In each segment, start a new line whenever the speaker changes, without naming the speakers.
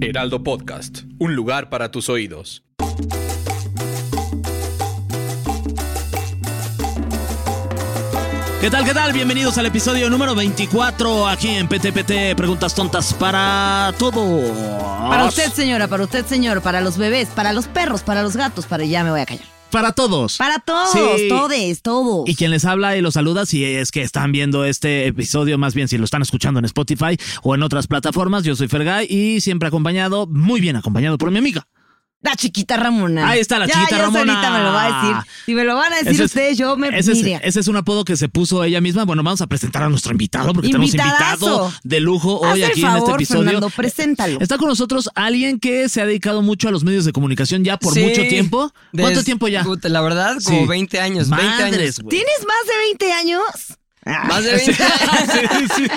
Heraldo Podcast, un lugar para tus oídos.
¿Qué tal? ¿Qué tal? Bienvenidos al episodio número 24 aquí en PTPT. Preguntas tontas para todo.
Para usted, señora, para usted, señor, para los bebés, para los perros, para los gatos, para ya me voy a callar.
Para todos.
Para todos,
Sí.
todes, todos.
Y quien les habla y los saluda, si es que están viendo este episodio, más bien si lo están escuchando en Spotify o en otras plataformas, yo soy Fergay y siempre acompañado, muy bien acompañado por mi amiga.
La chiquita Ramona.
Ahí está la
Ya,
chiquita
ya
Ramona.
solita me lo va a decir. Si me lo van a decir
Ese es-
ustedes, yo me
ese es,
mire.
ese es un apodo que se puso ella misma. Bueno, vamos a presentar a nuestro invitado porque tenemos
Invitadazo.
invitado de lujo hoy
Haz el
aquí en este
favor,
episodio.
Fernando, preséntalo.
Está con nosotros alguien que se ha dedicado mucho a los medios de comunicación ya por
Sí.
mucho tiempo. ¿Cuánto
Des-
tiempo ya?
puta, La verdad, como
Sí.
20 años. 20
Madres,
años.
güey.
¿Tienes más de 20 años?
Más de 20 años.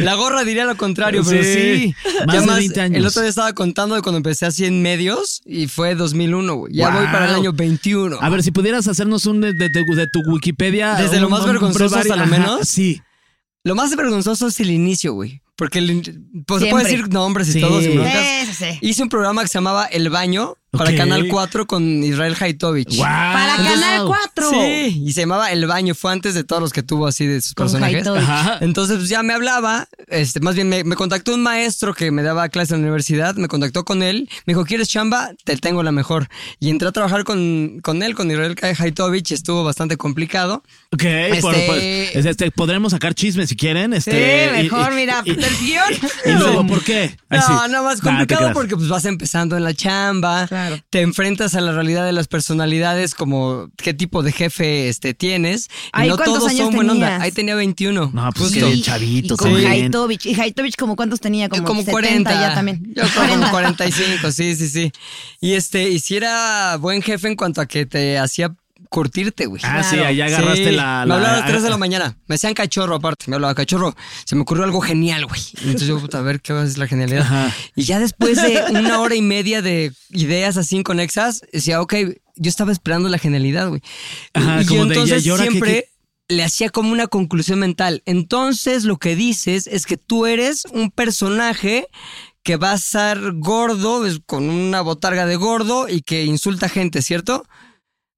La gorra diría lo contrario, pero
Sí.
sí.
Más
Y
de 20 años.
El otro día estaba contando de cuando empecé así en medios y fue 2001, güey. Ya voy
Wow.
para el año 21.
A ver, si pudieras hacernos un de, de- de- de tu Wikipedia.
Desde
un-
lo más
un
vergonzoso
brevario.
hasta lo
Ajá,
menos.
Sí.
Lo más vergonzoso es el inicio, güey. Porque el in- pues, se puede
Siempre.
decir nombres y
Sí.
todo. sin
Sí,
broncas.
sí, sí.
Hice un programa que se llamaba El Baño para
Ok.
Canal 4 con Israel Haitovich.
Wow.
Para Canal 4.
Sí, y se llamaba El Baño. Fue antes de todos los que tuvo así de sus
Con
personajes.
Haitovich.
Ajá.
Entonces pues, ya me hablaba, este, más bien me, me contactó un maestro que me daba clase en la universidad, me contactó con él, me dijo, ¿quieres chamba? Te tengo la mejor. Y entré a trabajar con, con él, con Israel K. Haitovich, estuvo bastante complicado.
Ok, bueno,
Este-
pues, es- este, podremos sacar chismes si quieren.
Sí,
Este, y-
mejor,
y-
mira, pues,
y-
el guión.
y luego, ¿por qué? Ay, sí.
No, no, más
Nah, te
complicado
creas.
porque pues vas empezando en la chamba,
Claro.
te enfrentas a la realidad de las personalidades, como qué tipo de jefe este, tienes. Y
Ay,
no
¿cuántos
todos
años
son buena onda.
tenías?
Ahí tenía 21.
No, pues
justo.
que el chavito
y con
también.
Haitovich. ¿Y Haitovich como cuántos tenía? Como,
Yo como
70
40
ya también.
Yo como 45, sí, sí, sí. Y este, y si era buen jefe en cuanto a que te hacía curtirte, güey.
Ah, sí,
Claro.
allá agarraste la,
Sí,
eh.
Me
la-
hablaba a las 3 de la mañana. Me decían cachorro, aparte. Me hablaba cachorro. Se me ocurrió algo genial, güey. Entonces yo, puta, a ver qué es la genialidad.
Ajá.
Y ya después de una hora y media de ideas así inconexas, decía, ok, yo estaba esperando la genialidad, güey.
Ajá,
y yo
como de,
entonces
"Ya, ¿y ahora qué-
siempre
qué-
le hacía como una conclusión mental. Entonces lo que dices es que tú eres un personaje que va a ser gordo, es con una botarga de gordo y que insulta gente, ¿cierto?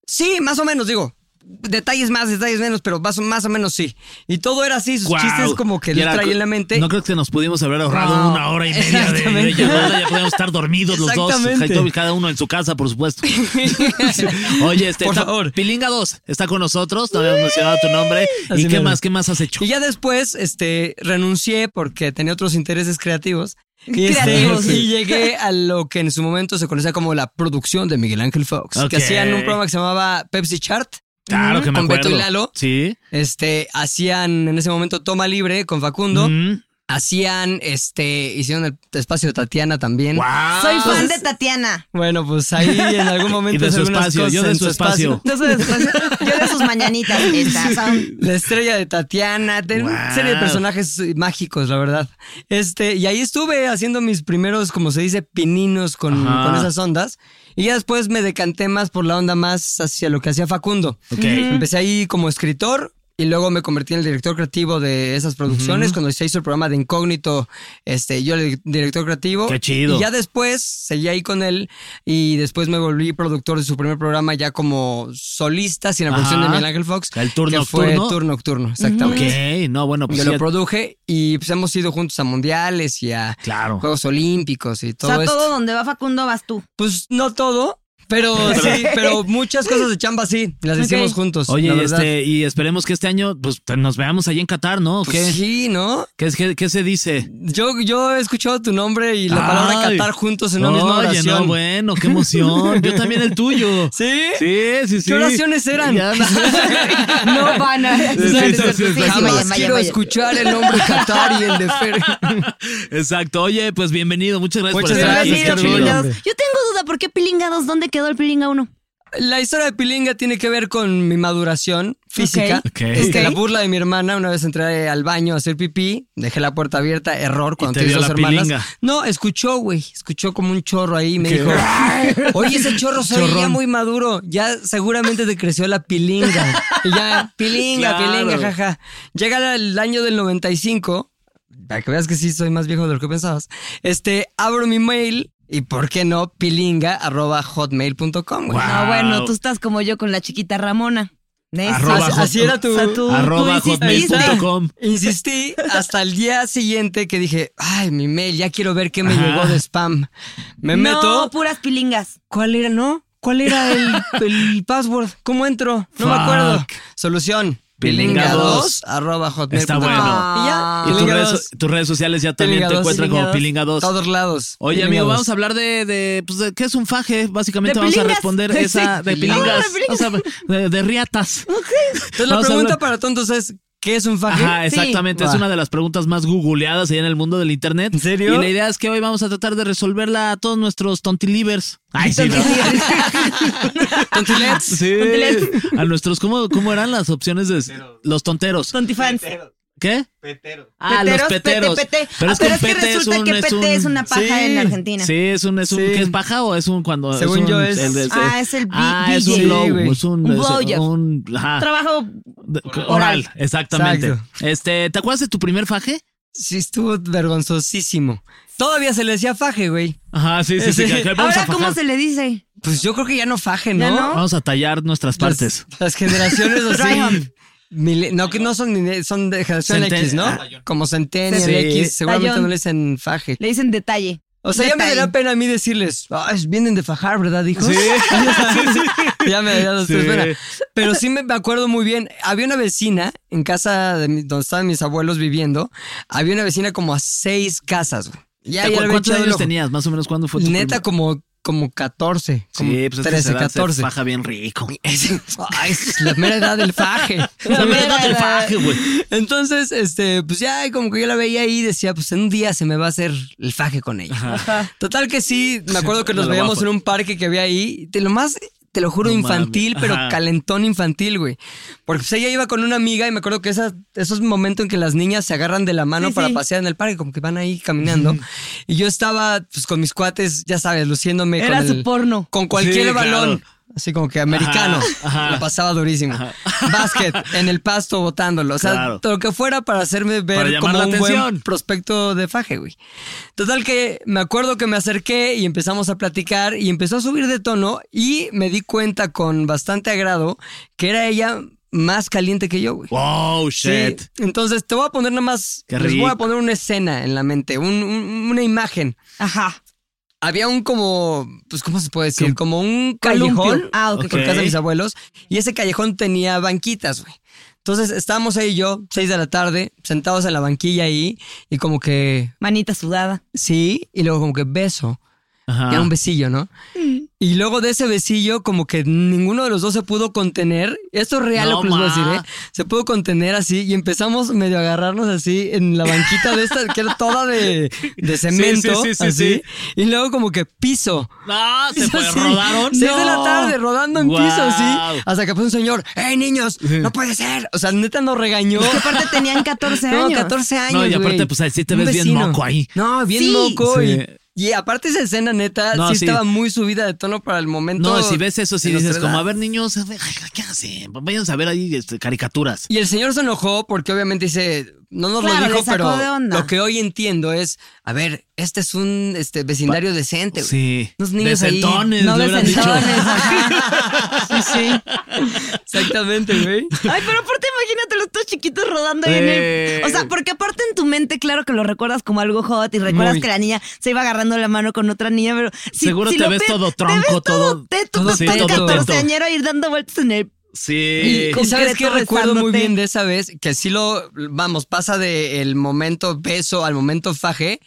Sí, más o menos, digo. Detalles más, detalles menos, pero más, más o menos sí. Y todo era así, sus
Guau.
chistes como que
Y
le
era-
traía en la mente.
No creo que nos pudimos haber ahorrado
No,
una hora y media de- de,
exactamente.
llamada. Ya podíamos estar dormidos los dos.
Exactamente.
Haitovich, cada uno en su casa, por supuesto. Oye, este,
Por
está-
favor.
Pilinga 2 está con nosotros. No habíamos mencionado tu nombre.
Así
¿Y qué
mero.
más? ¿Qué más has hecho?
Y ya después, este, renuncié porque tenía otros intereses creativos. Y, este,
Creativos.
y llegué a lo que en su momento se conocía como la producción de Miguel Ángel Fox,
Ok.
que hacían un programa que se llamaba Pepsi Chart.
Claro que me
Con
acuerdo.
Beto y Lalo.
Sí.
Este, hacían en ese momento Toma Libre con Facundo.
Mm.
Hacían, este, hicieron el espacio de Tatiana también.
Guau.
Soy fan de Tatiana.
Bueno, pues ahí en algún momento.
Y de
hice
su
algunas
espacio, yo
cosas
de
en
su espacio.
Yo soy de sus- yo de sus mañanitas. Estas son
La estrella de Tatiana, ten-
Wow.
una serie de personajes mágicos, la verdad. Este, y ahí estuve haciendo mis primeros, como se dice, pininos con,
Ajá.
con esas ondas. Y ya después me decanté más por la onda más hacia lo que hacía Facundo.
Ok.
Empecé ahí como escritor. Y luego me convertí en el director creativo de esas producciones. Cuando se hizo el programa de Incógnito, este, yo era el director creativo.
Qué chido.
Y ya después seguí ahí con él. Y después me volví productor de su primer programa ya como solista, sin la producción de
Ajá.
Miguel Ángel Fox.
El turno
que fue
nocturno.
turno nocturno, exactamente.
Ok, no, bueno, pues
Yo
ya-
lo produje y pues hemos ido juntos a mundiales y a
Claro.
Juegos Olímpicos y
O
todo
sea,
esto.
todo donde va Facundo vas tú.
Pues no todo, Pero sí, pero muchas cosas de chamba sí, las
Ok.
hicimos juntos. la
Oye,
verdad.
este, y esperemos que este año pues, te- nos veamos allí en Qatar, ¿no? ¿O
Pues
¿Qué?
sí, ¿no?
¿Qué, es- qué- qué se dice?
Yo, yo he escuchado tu nombre y la palabra
Ay.
Qatar juntos en una misma
Oye,
oración.
no, bueno, qué emoción. Yo también el tuyo.
¿Sí?
Sí, sí, sí.
¿Qué oraciones eran?
Ya no-
No van a.
sí, sí, sí, sí,
vayan,
Jamás
vayan,
quiero
vayan.
escuchar el nombre Qatar y el de Fer.
Exacto. Oye, pues bienvenido. Muchas gracias por
Muchas
estar aquí.
gracias,
Qué chido.
Carlos.
Bienvenidos. Yo tengo duda, ¿por qué Pilinga 2? ¿Dónde quedó el Pilinga 1?
La historia de Pilinga tiene que ver con mi maduración física.
Ok.
Este,
Ok.
La burla de mi hermana, una vez entré al baño a hacer pipí, dejé la puerta abierta, error, cuando
te dio
tienes dos
la
hermanas.
pilinga.
No, escuchó, güey, escuchó como un chorro ahí y me dijo, "Ay, oye, ese chorro se veía muy maduro, ya seguramente te creció la pilinga. Y ya, pilinga,
Claro.
pilinga, jaja. Llega el año del 95, para que veas que sí soy más viejo de lo que pensabas. Este, abro mi mail y, ¿por qué no? Pilinga, arroba hotmail.com, güey.
Wow.
No, bueno, tú estás como yo con la chiquita Ramona. ¿Ves?
Arroba
Así-
hot-
así era tu-
O sea, tú-
arroba
tú insististe.
hotmail.com.
Insistí hasta el día siguiente que dije, ay, mi mail, ya quiero ver qué me
Ajá.
llegó de spam. Me
No,
meto.
puras pilingas.
¿Cuál era, no? ¿Cuál era el, el password? ¿Cómo entro? No me
Fuck.
acuerdo. Solución.
Pilinga dos,
pilinga2, arroba hotmail
Está
punto com.
bueno.
Y ya.
Ah.
Y tus
Pilinga
redes,
dos,
tus redes sociales ya también
Pilinga
te
dos,
encuentran como Pilinga 2.
Todos lados.
Oye, amigo, vamos a hablar de, de, pues, de qué es un faje. Básicamente
De
vamos a
pilingas.
responder
Sí.
esa de
Pilingas.
pilingas,
Ah, de pilingas.
Vamos a- de, de riatas.
Entonces, la
vamos a
pregunta
hablar-
para tontos es: ¿qué es un faje?
Ajá, exactamente. Es
Va.
una de las preguntas más googleadas ahí en el mundo del internet.
¿En serio?
Y la idea es que hoy vamos a tratar de resolverla a todos nuestros tontilivers. Ay, sí, ¿no?
Tontilets.
Sí. A nuestros, ¿cómo, cómo eran las opciones de los tonteros?
Tontifans.
¿qué? Peteros. Ah, los
Pete,
peteros.
pete.
Pero
Ah,
es que, un
pero es que
pete
resulta
un-
que
es
pete
un-
es una paja en Argentina.
Sí, es un, es un
Sí.
¿qué es paja o es un cuando?
Según
un-
yo es-
Ah, es el
ah,
B-
es
DJ.
un blow,
Sí, güey.
es un,
Un
es
blowjob.
un- ajá,
Trabajo.
de- oral, exactamente.
Exacto.
Este, ¿te acuerdas de tu primer faje?
Sí, estuvo vergonzosísimo. Todavía se le decía faje, güey.
Ajá, sí, sí, sí.
Ese-
que- que vamos
Ahora,
a
¿cómo
fajar.
se le dice?
Pues yo creo que ya no faje, ¿no?
Ya no.
Vamos a tallar nuestras
Las-
partes.
Las, generaciones
Try
así.
on.
mile- no, que no son, ni- son de generación
Centen-
X, ¿no?
Ah.
Como Centennial
Sí.
X, seguramente
Tallón.
no le dicen faje.
Le dicen detalle.
O sea, ya me
Detalle.
daría pena a mí decirles, "Ay, vienen de fajar, ¿verdad, hijos? Sí, ya me daría
Sí.
pena. Pero sí me me acuerdo muy bien. Había una vecina en casa de mi- donde estaban mis abuelos viviendo. Había una vecina como a seis casas. güey. Ya,
¿Te
ya
acu-
le había
¿Cuántos
echado el
años
ojo.
tenías? Más o menos, ¿cuándo fue tu primer-
Neta, como, como 14. Como
Sí, pues es que
13,
se da- se
14.
faja bien rico.
Ay, es la mera edad del faje.
La mera edad del faje, güey.
Entonces, este, pues ya como que yo la veía ahí y decía, pues en un día se me va a hacer el faje con ella. Total que sí, me acuerdo que
Me
nos
lo
veíamos
bajo.
en un parque que había ahí. Te lo más, te lo juro,
No
infantil,
mames.
pero
Ajá.
calentón infantil, güey. Porque pues ella iba con una amiga y me acuerdo que esa, esos momentos en que las niñas se agarran de la mano
Sí,
para
sí.
pasear en el parque, como que van ahí caminando. y yo estaba, pues con mis cuates, ya sabes, luciéndome
Era
con
su
el-
porno.
Con cualquier
Sí, claro.
balón. Así como que americano.
ajá.
Lo pasaba durísimo. Básquet, en el pasto botándolo. O sea,
Claro.
todo lo que fuera para hacerme
Para
ver
llamar
como
la
un
atención.
buen prospecto de faje, güey. Total que me acuerdo que me acerqué y empezamos a platicar y empezó a subir de tono y me di cuenta con bastante agrado que era ella más caliente que yo, güey.
Wow,
Sí,
Oh, shit.
entonces te voy a poner nada más,
Qué
les voy a
rico.
poner una escena en la mente, un- un- una imagen.
Ajá.
Había un como, pues, ¿cómo se puede decir?
Como-
Como un
Columpio.
callejón
Ah, ok.
por casa de mis
Ok.
abuelos. Y ese callejón tenía banquitas, güey. Entonces estábamos ahí y yo, seis de la tarde, sentados en la banquilla ahí, y como que
Manita sudada.
sí, y luego como que beso.
Ajá.
Y era un besillo, ¿no?
Mm.
Y luego de ese besillo, como que ninguno de los dos se pudo contener. Esto es real
No,
lo que les voy a decir,
ma.
¿eh? Se pudo contener así y empezamos medio a agarrarnos así en la banquita de esta, que era toda de, de cemento.
sí, sí,
así.
sí.
Y luego como que piso.
Ah, se fue,
Sí.
rodaron.
Seis
No.
de la tarde rodando en
Guau.
piso, sí. Hasta que fue un señor, ¡Ey, niños! ¡No puede ser! O sea, neta nos
Que
regañó.
aparte tenían 14 años.
No, 14 años.
No, y aparte,
güey.
pues, así te
Un
ves bien
vecino.
moco ahí.
No, bien
Sí.
moco.
Sí.
Y, y aparte, esa escena, neta,
No,
sí,
sí.
estaba muy subida de tono para el momento.
No, si ves eso, si
de
dices,
nuestra
como,
edad.
a ver, niños, a ver, ¿qué hacen? Vayan a ver ahí este, caricaturas.
Y el señor se enojó porque obviamente dice, no nos
Claro,
lo dijo,
le sacó
pero
de onda.
lo que hoy entiendo es, a ver, este es un este, vecindario decente. güey.
Sí.
Unos niños ahí.
Decentones,
No
le hubieran dicho.
desentones, ajá. Sí, sí.
Exactamente, güey.
Ay, pero aparte imagínate los dos chiquitos rodando ahí en el... O sea, porque aparte en tu mente, claro que lo recuerdas como algo hot y recuerdas
Muy.
que la niña se iba agarrando la mano con otra niña, pero... Si,
Seguro
si
te
lo
ves
ves-
todo
te
tronco,
ves
todo-
teto,
todo
todo,
sí,
todo
todo teto.
catorceañero ir dando vueltas en el...
Sí.
Y-
Y sabes que
concreto
recuerdo muy
besándote.
bien de esa vez, que sí lo, vamos, pasa del momento beso al momento faje,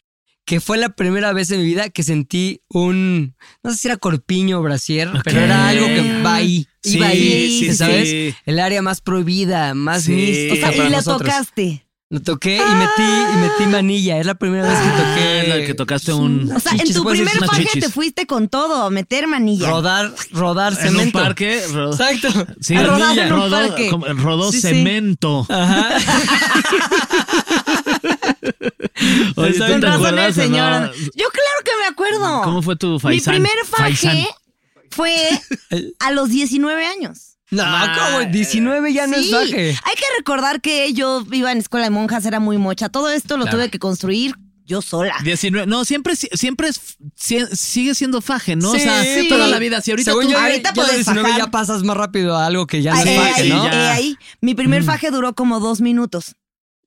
que fue la primera vez en mi vida que sentí un, no sé si era corpiño o brasier, pero era algo que va ahí,
Sí,
iba ahí,
sí,
¿sabes?
sí.
El área más prohibida, más
Sí.
mística
O sea,
y
para
la
nosotros.
tocaste.
Lo toqué y metí, y metí manilla, es la primera vez que
Ah,
toqué.
la que tocaste un.
O sea,
Chichis,
en tu
puedes decir
primer
unas
paje
chichis.
te fuiste con todo, a meter manilla.
Rodar, rodar
En
cemento.
un parque. ro-
Exacto.
Sí,
Ah,
rodó-
rodado en un
rodó-
parque.
como- rodó
Sí, sí.
cemento. Oye, ¿tú
Con
te
razón el
acuerdas o no?
señor. Yo claro que me acuerdo.
¿Cómo fue tu faisán?
Mi primer
Faisán.
faje fue a los 19 años.
No, como 19 ya no
Sí,
es faje.
Hay que recordar que yo iba en escuela de monjas, era muy mocha. Todo esto lo tuve que construir yo sola.
19. No, siempre, siempre es- si- sigue siendo faje, ¿no? o sea,
sí.
toda la vida. Si ahorita
Según
tú-
yo,
Ahorita
ya de
puedes
19
fajar.
ya pasas más rápido a algo que ya no
Ahí,
es
faje,
ahí,
faje, ¿no?
ya.
eh, ahí. Mi primer faje duró como dos minutos.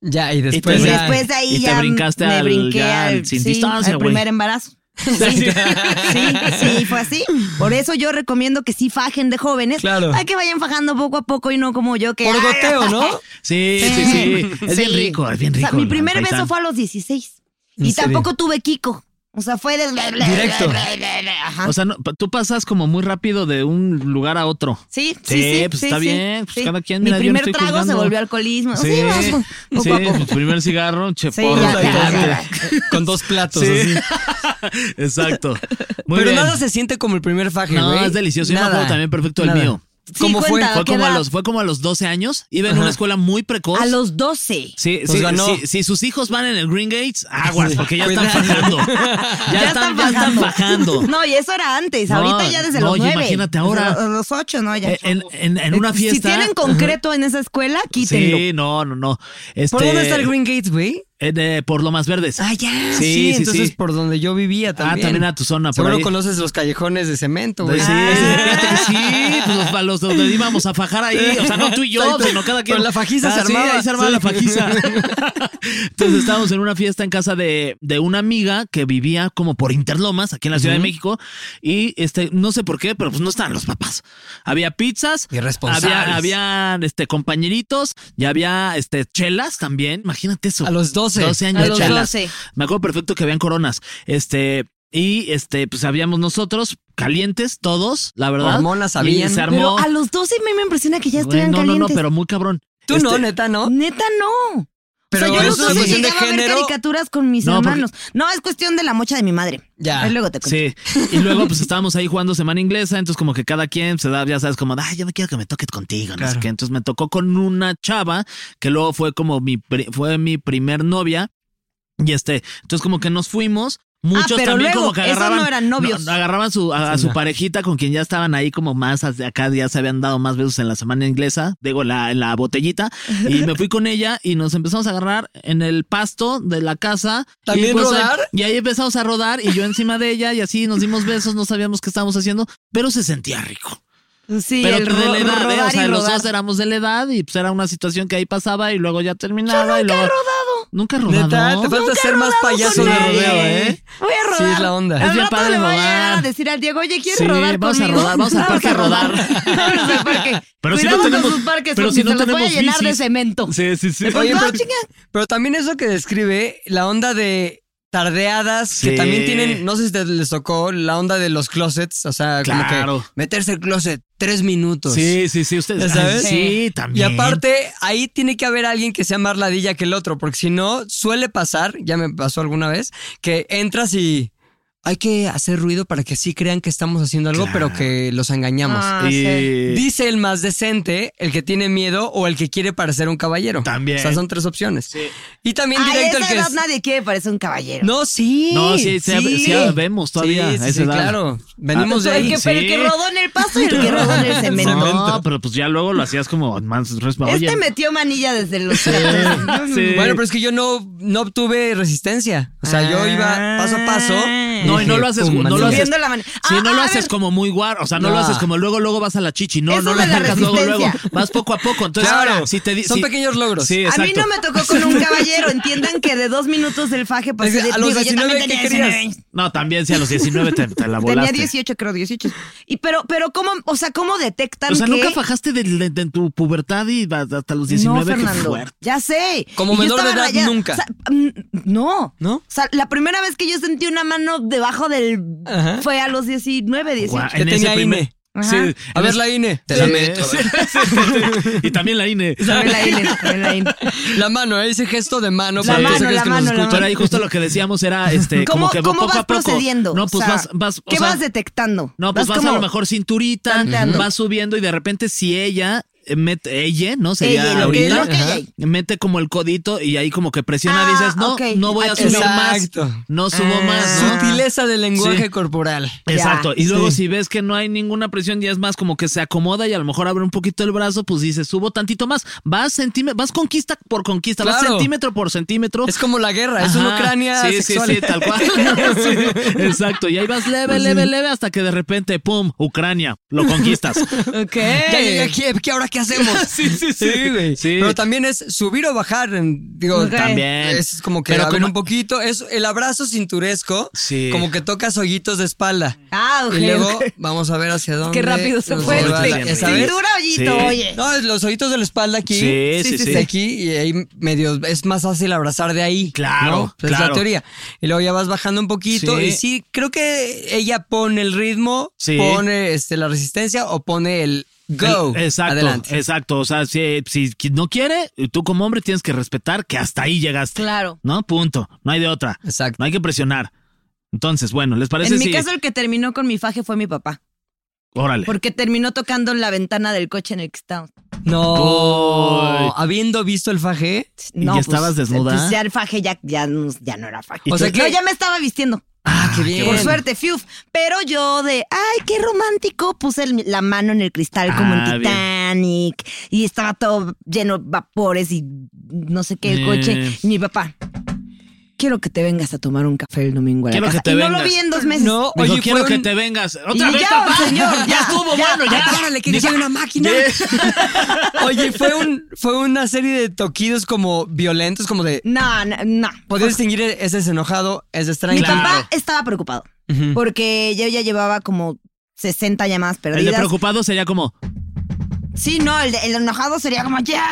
Ya, y
Pues
después
y
ya.
después de ahí
Y te
ya
brincaste
me
al-
brinqué
ya al sin
sí,
distancia,
al
güey.
primer embarazo. Sí, sí, sí, fue así. Por eso yo recomiendo que sí fajen de jóvenes.
Claro.
Hay que vayan fajando poco a poco y no como yo que.
Por goteo, ¿no?
Sí, sí, sí. Es bien
Sí.
rico, es bien
O sea,
rico.
mi
el
primer
faisán.
beso fue a los 16.
¿En
Y
serio?
tampoco tuve Kiko. O sea, fue de.
Directo.
Ajá.
O sea, no, pa- tú pasas como muy rápido de un lugar a otro.
Sí, sí,
Sí,
sí.
pues
sí,
está
sí,
bien, pues cada quien,
Mi
mira, yo no
primer
estoy
trago se
juzgando.
volvió alcoholismo. Sí, vamos, poco
sí,
a poco.
tu primer cigarro, cheporro.
ya, ya,
gigante.
Con dos platos,
Sí.
así.
Exacto. Muy
Pero
bien.
nada se siente como el primer faje,
No,
güey.
es delicioso. Yo me
Nada.
acuerdo también perfecto del
Nada.
mío.
Sí,
¿Cómo fue?
cuenta,
Fue
¿a qué
como a
edad?
los, fue como a los 12 años. Iba en una escuela muy precoz.
A los 12.
Sí,
Pues
sí,
ganó.
sí, si sus hijos van en el Green Gates, aguas,
Sí.
porque ya están
Cuidado.
fajando. Ya, están, ya están fajando.
No, y eso era antes.
No,
ahorita ya desde
no,
los
ya
nueve.
imagínate ahora.
A los ocho, ¿no? Ya.
Eh, en, en- en una fiesta.
Si tienen concreto en esa escuela, quítenlo.
Sí, no, no, no. Este,
¿Por dónde está el Green Gates, güey?
eh, de- por lo más verdes.
Ah, ya.
Sí,
Sí,
sí,
entonces
sí.
por donde yo vivía también.
también a tu zona, por
Seguro
ahí.
conoces los callejones de cemento, güey.
Sí, fíjate que
Ah.
sí, pues los, los donde íbamos a fajar ahí, o sea, no tú y yo,
Exacto.
sino cada quien. Ah,
Pero la fajiza se
sí,
armaba.
ahí se armaba
Sí.
la fajiza. Entonces estábamos en una fiesta en casa de, de una amiga que vivía como por Interlomas, aquí en la Ciudad de México, y este, no sé por qué, pero pues no estaban los papás. Había pizzas,
Irresponsables.
había, habían este, compañeritos, y había este, chelas también, imagínate eso.
A los 12.
12
A
años
los
chelas.
12.
Me acuerdo perfecto que habían coronas. Este, y este, pues habíamos nosotros, calientes, todos, la verdad.
Hormonas
Y
habían.
se armó.
Pero a los 12 a mí me impresiona que ya
Güey,
estuvieran
no, no, no,
calientes.
pero muy cabrón.
Tú no,
Este,
neta, ¿no?
Neta, no.
Pero
o sea, Mm, pues yo a los
eso es
12
cuestión de
llegaba a ver
género.
caricaturas con mis
No, porque-
hermanos. No, es cuestión de la mocha de mi madre.
Ya.
Ahí luego te cuento.
Sí. Y luego, pues estábamos ahí jugando semana inglesa, entonces, como que cada quien se da, ya sabes, como, ay, yo me quiero que me toque contigo, no sé qué. Entonces me tocó con una chava que luego fue como mi, pri- fue mi primer novia. Y este, entonces, como que nos fuimos. Muchos
Ah, pero
también
luego,
como que
esos no
agarraban.
eran novios.
agarraban su, a, a su parejita con quien ya estaban ahí como más hacia acá, ya se habían dado más besos en la semana inglesa, digo, la, en la botellita. Y me fui con ella y nos empezamos a agarrar en el pasto de la casa.
¿También
y pues,
rodar?
y ahí empezamos a rodar y yo encima de ella y así nos dimos besos, no sabíamos qué estábamos haciendo, pero se sentía rico.
Sí,
pero
el
de
ro-
la edad, ¿eh? o
rodar y
sea, los
rodar.
dos éramos de la edad y pues era una situación que ahí pasaba y luego ya terminaba y luego... Nunca he rodado.
Neta, te falta ser más payaso de
con nadie.
rodeo, ¿eh.
Voy a rodar.
Sí, es la onda.
Es
Al
bien
rato
padre
le voy a
rodar.
llegar a decir al Diego, oye, ¿quieres
Sí,
rodar
vamos a
conmigo?
rodar, vamos al parque a rodar.
vamos al parque.
Pero si no
Cuidado con
tenemos-
sus parques,
pero
porque
si no
se los voy a
tenemos
llenar de
bicis.
cemento.
Sí, sí, sí.
Pues
Oye,
no,
pero-
chinga.
Pero también eso que describe, la onda de tardeadas,
Sí.
que también tienen, no sé si te les tocó, la onda de los closets, o sea,
Claro.
como que meterse al closet tres minutos.
Sí, sí, sí, ustedes
¿Ya sabes?
Sí,
Y
también.
aparte, ahí tiene que haber alguien que sea más ladilla que el otro, porque si no, suele pasar, ya me pasó alguna vez, que entras y... hay que hacer ruido para que sí crean que estamos haciendo algo, pero que los engañamos.
Ah,
y
sí.
Dice el más decente, el que tiene miedo o el que quiere parecer un caballero.
También.
O sea, son tres opciones. Y también
Ay,
directo
a
el
esa
que
edad
es-
nadie quiere parecer un caballero.
No, sí.
No, sí, sí, sí, vemos todavía
Sí, sí,
a esa
sí,
edad.
claro. Venimos de
el
ahí.
Ah, que, pero el que
sí.
rodó en el paso y el que rodó en el cemento.
No, pero pues ya luego lo hacías como más eh, responsable.
Este metió manilla desde los platos. No, no,
Sí.
Bueno, pero es que yo no, no obtuve resistencia. O sea, yo iba paso a paso.
No, y no
dije,
lo haces,
pum,
no lo
manilla.
haces.
Viendo la mani-
Sí,
Ah,
no lo
a
haces
ver.
como muy guar, o sea, no,
No.
lo haces como luego, luego vas a la chichi, no,
Eso
no
de
la
la
sacas luego, luego,
resistencia.
vas poco a poco. Entonces,
Claro.
ahora, si te di-
Son
si-
pequeños logros.
Sí,
A mí
exacto.
no me tocó con un caballero. Entiendan que de dos minutos del faje pasé
Es que
de-
a los
digo, yo
19,
también
¿qué
tenía
querías?
19 años.
No, también si a los 19 te, te la volaste.
Tenía 18, creo, 18. Y pero, pero cómo, o sea, ¿cómo detectan
O sea,
que...
nunca fajaste de, de- de tu pubertad y va- hasta los 19
no,
qué
Fernando,
fuerte.
ya sé.
Como
Y yo
menor de
estaba
edad, nunca.
O sea, mm, no.
¿No?
O sea, la primera vez que yo sentí una mano debajo del...
Ajá.
Fue a los 19, 18.
Guau,
Que tenía INE.
Ajá.
Sí,
A
en
ver
ese-
la E. INE. Te
Sí,
la meto.
sí, sí, sí. Y también la E. INE.
También la INE, también la INE.
La mano, ¿eh? ese gesto de mano.
Sí.
para los
mano,
seres
la
que nos
mano, la
escuchan.
Pero ahí justo lo que decíamos era este
¿Cómo,
como que
cómo
poco
vas
a poco.
procediendo?
No, pues
O sea,
vas vas o
¿Qué
sea,
vas detectando?
No, pues vas, a lo
como-
mejor cinturita,
tanteando.
vas subiendo y de repente si ella eh, mete ella, ¿no? Sería
Ella, lo que es
ahorita.
lo que ella.
ajá, Mete como el codito y ahí como que presiona
Ah,
dices, "No,
ok. Ah.
no voy a subir
Exacto.
más." No subo más, ¿no?
Sutileza del lenguaje
Sí.
corporal.
Exacto,
Ya,
y luego
sí.
si ves que no hay ninguna presión y es más como que se acomoda y a lo mejor abre un poquito el brazo, pues dices, subo tantito más, vas centímetro, vas conquista por conquista, vas
Claro.
centímetro por centímetro.
Es como la guerra, es una
Ajá.
Ucrania
sí,
sexual.
Sí, sí, tal cual. Sí, exacto, y ahí vas leve,
Pues
leve, leve hasta que de repente, pum, Ucrania, lo conquistas.
Ok.
Ya llegué aquí, ¿qué- ahora qué hacemos?
Sí, sí, sí.
güey.
Sí.
Pero también es subir o bajar, en- digo,
Ok.
También.
Es como que
Pero
abrir
como-
un poquito, es el abrazo cinturesco,
Sí.
como que tocas hoyitos de espalda.
Ah, ok.
Y luego
ok.
vamos a ver hacia dónde.
Qué rápido se
nos
fue.
lleva
este.
la-
este.
esa vez.
Cintura, hoyito,
Sí.
oye.
No, es los hoyitos de la espalda aquí.
Sí, sí, sí.
De aquí y ahí medio es más fácil abrazar de ahí.
Claro,
¿no? Pues Es
claro.
la teoría. Y luego ya vas bajando un poquito
Sí.
y sí, creo que ella pone el ritmo,
Sí.
pone este, la resistencia o pone el go.
El- exacto,
Adelante.
exacto. O sea, si, si qui- no quiere, tú como hombre tienes que respetar que hasta ahí llegaste.
Claro.
No, punto. No hay de otra.
Exacto.
No hay que presionar. Entonces, bueno, ¿les parece
En mi
si-
caso, el que terminó con mi faje fue mi papá.
Órale.
Porque terminó tocando la ventana del coche en el que estábamos.
No. Habiendo visto el faje.
¿Y ya estabas desnuda?
Pues ya el faje ya, ya, no- ya no era faje.
O sea que-
No, ya me estaba vistiendo.
Ah, qué bien.
Por suerte, fiuf. Pero yo de, ay, qué romántico, puse el- la mano en el cristal como
Ah,
en Titanic. Y estaba todo lleno de vapores y no sé qué, el
Eh.
coche. Y mi papá, quiero que te vengas a tomar un café el domingo a la
Quiero que
casa".
te
y no
vengas.
lo vi en dos meses.
No,
Dijo,
oye,
quiero
fue
que
un-
te vengas. Otra
Oh, Y
vez,
ya,
papá.
señor, ya,
ya estuvo
ya,
bueno, ya.
Párale, que ya hay una máquina. Oye, fue un, fue una serie de toquidos como violentos, como de.
No, no, no.
Podía distinguir ese es enojado, ese es
Mi
tranquilo.
papá estaba preocupado porque yo ya llevaba como 60 llamadas
El de
perdidas.
preocupado sería como,
sí, no, el, de- el enojado sería como, ya,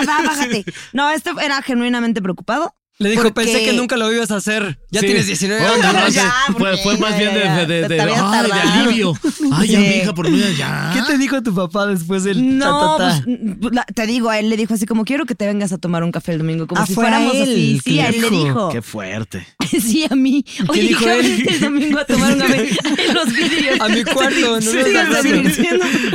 va, bájate. No, este era genuinamente preocupado.
Le dijo,
porque-
pensé que nunca lo ibas a hacer. Ya
Sí.
tienes 19
Oye,
años.
no,
Ya,
sí, fue,
porque
fue
ya,
más
ya,
bien de,
ya.
de- de-
Te
de-
habías
ay, de
tardado.
alivio. Ay, ya,
Sí.
mi hija, por mí, ya.
¿Qué te dijo tu papá después del
No,
tatatá?
pues, mm, la- te digo, a él le dijo así como, quiero que te vengas a tomar un café el domingo, como
Ah,
si
fue a
fuéramos
él
así.
que
Sí,
le
a él le dijo.
Qué fuerte.
Sí, a mí. Oye,
dijo
¿qué
él?
hablaste el domingo a tomar un café? Ay, los vidrios.
pues, A mi cuarto, no
Sí,
nos
sí,
hagas
sí,
eso.
sí,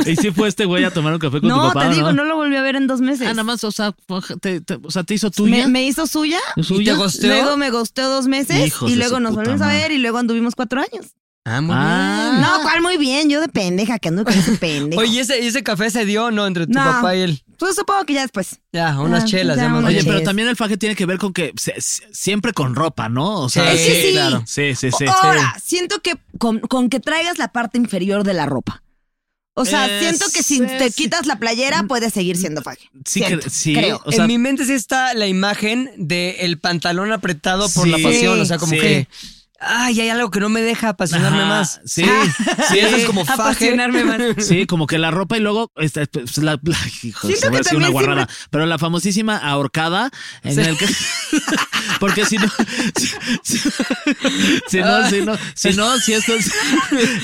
no.
¿Y si fue este güey a tomar un café con tu
No,
papá?
te digo, no lo volví a ver en dos meses.
Ah, nada más, o sea, te, te- o sea, te hizo
Me,
tuya.
me hizo suya.
¿Suya?
¿Y te gosteó?
Luego me gosteó dos meses
Hijos
y
de
luego
su
nos
puta
volvimos a
madre.
ver y luego anduvimos cuatro años.
Ah, muy
Ah.
bien.
No, cuál muy bien, yo de pendeja que ando con ese pendejo.
Oye, ¿ese, ese café se dio o no entre tu
No.
papá y él?
Pues supongo que ya después.
Ya, unas
Ah,
chelas.
ya
ya más
unas
Oye,
bien.
pero
manches.
también el faje tiene que ver con que se- se- siempre con ropa, ¿no? O sea,
Es que sí.
claro. Sí, sí, sí.
Ahora, siento que con, con que traigas la parte inferior de la ropa. O sea,
Eh,
siento que si
sí,
te
sí. Mm,
quitas la playera puedes seguir siendo faje.
Sí,
Siento,
cre- sí,
creo.
o sea,
en mi mente sí está la imagen del el pantalón apretado por
Sí.
la pasión. O sea, como
Sí.
que. Ay, hay algo que no me deja apasionarme
Ajá,
más.
sí.
Ah,
Sí.
Eso es como faje.
Apasionarme más.
Sí, como que la ropa y luego este, pues, la, la- hijo,
Siento
se me
que
hace una
también
guarrada, pero la famosísima ahorcada en el que porque si no si, si- si no si no si no si esto es,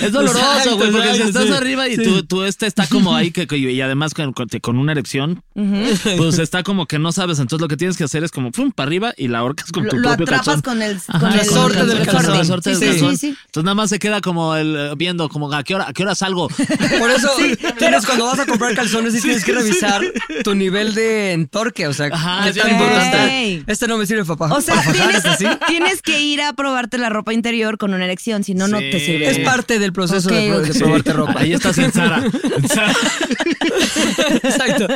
es doloroso
Exacto,
güey porque si
exacto,
estás
sí.
arriba y
Sí.
tú, tú este está como ahí que, que- y además con, con- con una erección pues está como que no sabes entonces lo que tienes que hacer es como pum para arriba y la ahorcas con
Lo,
tu
lo
propio
atrapas
calzón.
con el, con
Ajá,
el
resorte del
Ortiz,
resorte
Garzón.
Luis Ortega
Sí, sí,
Garzón.
sí, sí.
Entonces nada más se queda como el eh, viendo como a qué hora, a qué hora salgo.
Por eso tienes cuando vas a comprar calzones y tienes que revisar tu nivel de entorque, o sea,
Ajá,
qué
sí,
tan
ok.
importante. es. Este no me sirve, papá.
O sea,
Para bajar
tienes,
este, ¿sí?
tienes que ir a probarte la ropa interior con una erección, si no, no
Sí.
te sirve.
Es parte del proceso
Ok,
de, pro-
ok.
de probarte ropa.
Ahí estás en Sara. En Zara.
Exacto.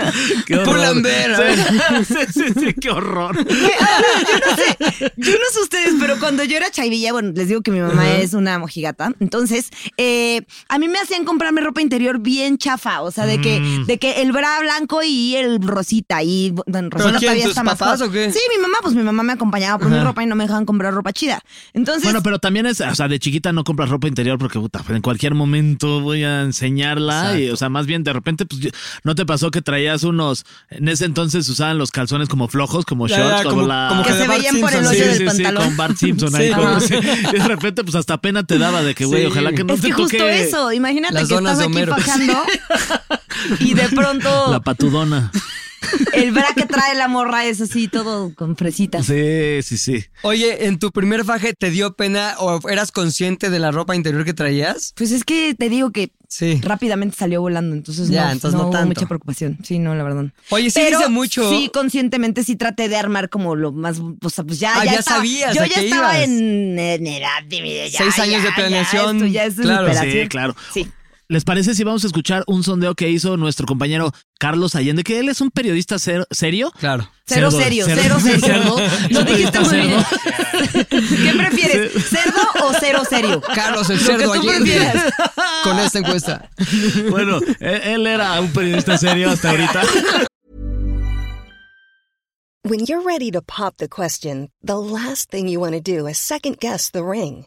Qué horror.
Pull&Bear.
Sí, sí, sí, qué horror.
Güey, ah, no, yo no sé, yo no sé ustedes, pero cuando yo era chaivilla, bueno, les digo que mi mamá es una mojigata, entonces eh, a mí me hacían comprarme ropa interior bien chafa, o sea, de que,
Mm.
de que el bra blanco y el rosita y bueno, rosita
quién,
todavía
tus
está más
papás
hot.
o qué?
Sí, mi mamá, pues mi mamá me acompañaba por mi ropa y no me dejaban comprar ropa chida. Entonces,
Bueno, pero también es, o sea, de chiquita no compras ropa interior porque, puta, en cualquier momento voy a enseñarla. Y, o sea, más bien de repente, pues, yo- ¿no te pasó que traías unos, en ese entonces usaban los calzones como flojos, como
Ya,
shorts,
ya,
como,
como-
la...
como
que
de
se
Bart
veían por el
Simpson,
hoyo
sí,
del
sí,
pantalón.
Sí, con Bart Simpson ahí.
Sí.
como- sí. Y de repente, pues hasta pena te daba de que, güey,
Sí.
ojalá que no
es
te
que
toque
justo eso, imagínate
Las
que
donas
estás
de
aquí
Homero.
fajando y de pronto
La patudona.
el bra que trae la morra es así, todo con fresitas.
Sí, sí, sí.
Oye, ¿en tu primer faje te dio pena o eras consciente de la ropa interior que traías?
Pues es que te digo que
Sí.
rápidamente salió volando, entonces
Ya,
no,
entonces
no
no
hubo
tanto.
mucha preocupación. Sí, no, la verdad.
Oye, sí
Pero
dice mucho.
Sí, conscientemente sí traté de armar como lo más, o sea, pues ya,
Ah,
ya,
ya
estaba-
sabías
Yo
a
ya
qué
estaba
ibas.
en, en edad de vida, ya,
Seis años
ya,
de planeación.
Ya, esto ya es
Claro, sí,
superación.
Sí, claro.
Sí.
¿Les parece si vamos a escuchar un sondeo que hizo nuestro compañero Carlos Allende? Que él es un periodista ser- serio.
Claro.
Cero
Cerdo,
serio, cero
cerdo.
serio.
Cerdo.
Lo dijiste muy bien.
Cerdo.
¿Qué prefieres? ¿Cerdo o cero serio?
Carlos el
Lo
cerdo
que tú
Allende
prefieras.
con esta encuesta.
Bueno, él, él era un periodista serio hasta ahorita.
When you're ready to pop the question, the last thing you want to do is second guess the ring.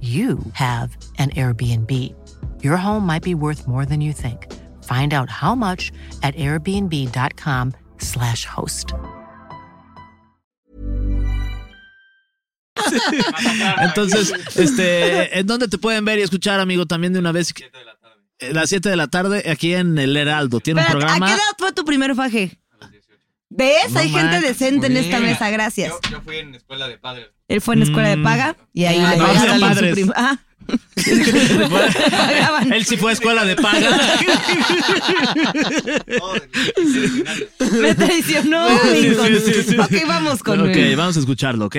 you have an Airbnb. Your home might be worth more than you think. Find out how much at airbnb.com/slash host.
Entonces, este, ¿en dónde te pueden ver y escuchar, amigo? También de una vez. Eh, Las 7 de la tarde, aquí en El Heraldo. Tiene un
Espérate, ¿a qué
programa.
edad fue tu primer faje? ¿Ves?
No
Hay gente
manches,
decente en esta mesa, gracias. Yo, fui en escuela
Mm.
de padres. Él fue en escuela de paga y ahí
Ah,
le
no,
pagaban
eran
su
padres.
prim- Ah. Pagaban.
Él sí fue a escuela de paga.
Me traicionó.
Sí,
Lincoln.
sí, sí, sí.
Ok, vamos con
Ok, vamos a escucharlo, ¿ok?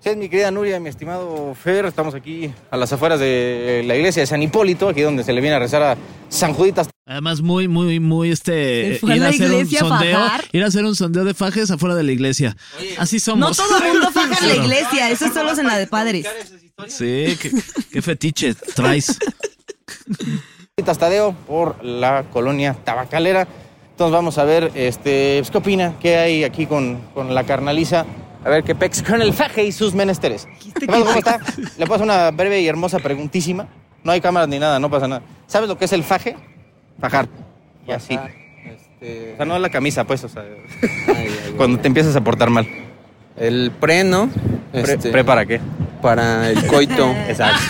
Sí, mi querida Nuria, mi estimado Fer, estamos aquí a las afueras de la iglesia de San Hipólito, aquí donde se le viene a rezar a San Juditas
Además, muy, muy, muy este.
Se fue a la iglesia a
sondeo.
fajar.
Ir a hacer un sondeo de fajes afuera de la iglesia. Así
No
somos.
todo el mundo faja en la
Pero-
iglesia, eso es solo en la de padres.
Sí, qué, qué fetiche traes.
Tadeo por la colonia tabacalera. Entonces vamos a ver este, pues, qué opina, qué hay aquí con, con la carnaliza. A ver qué pex con el faje y sus menesteres. ¿Qué pasa, ¿Cómo está? Le paso una breve y hermosa preguntísima. No hay cámaras ni nada, no pasa nada. ¿Sabes lo que es el faje? Fajar. Y así. O sea, no la camisa, pues, o sea, cuando te empiezas a portar mal.
El preno.
Pre- ¿Pre para qué?
Para el coito.
Exacto.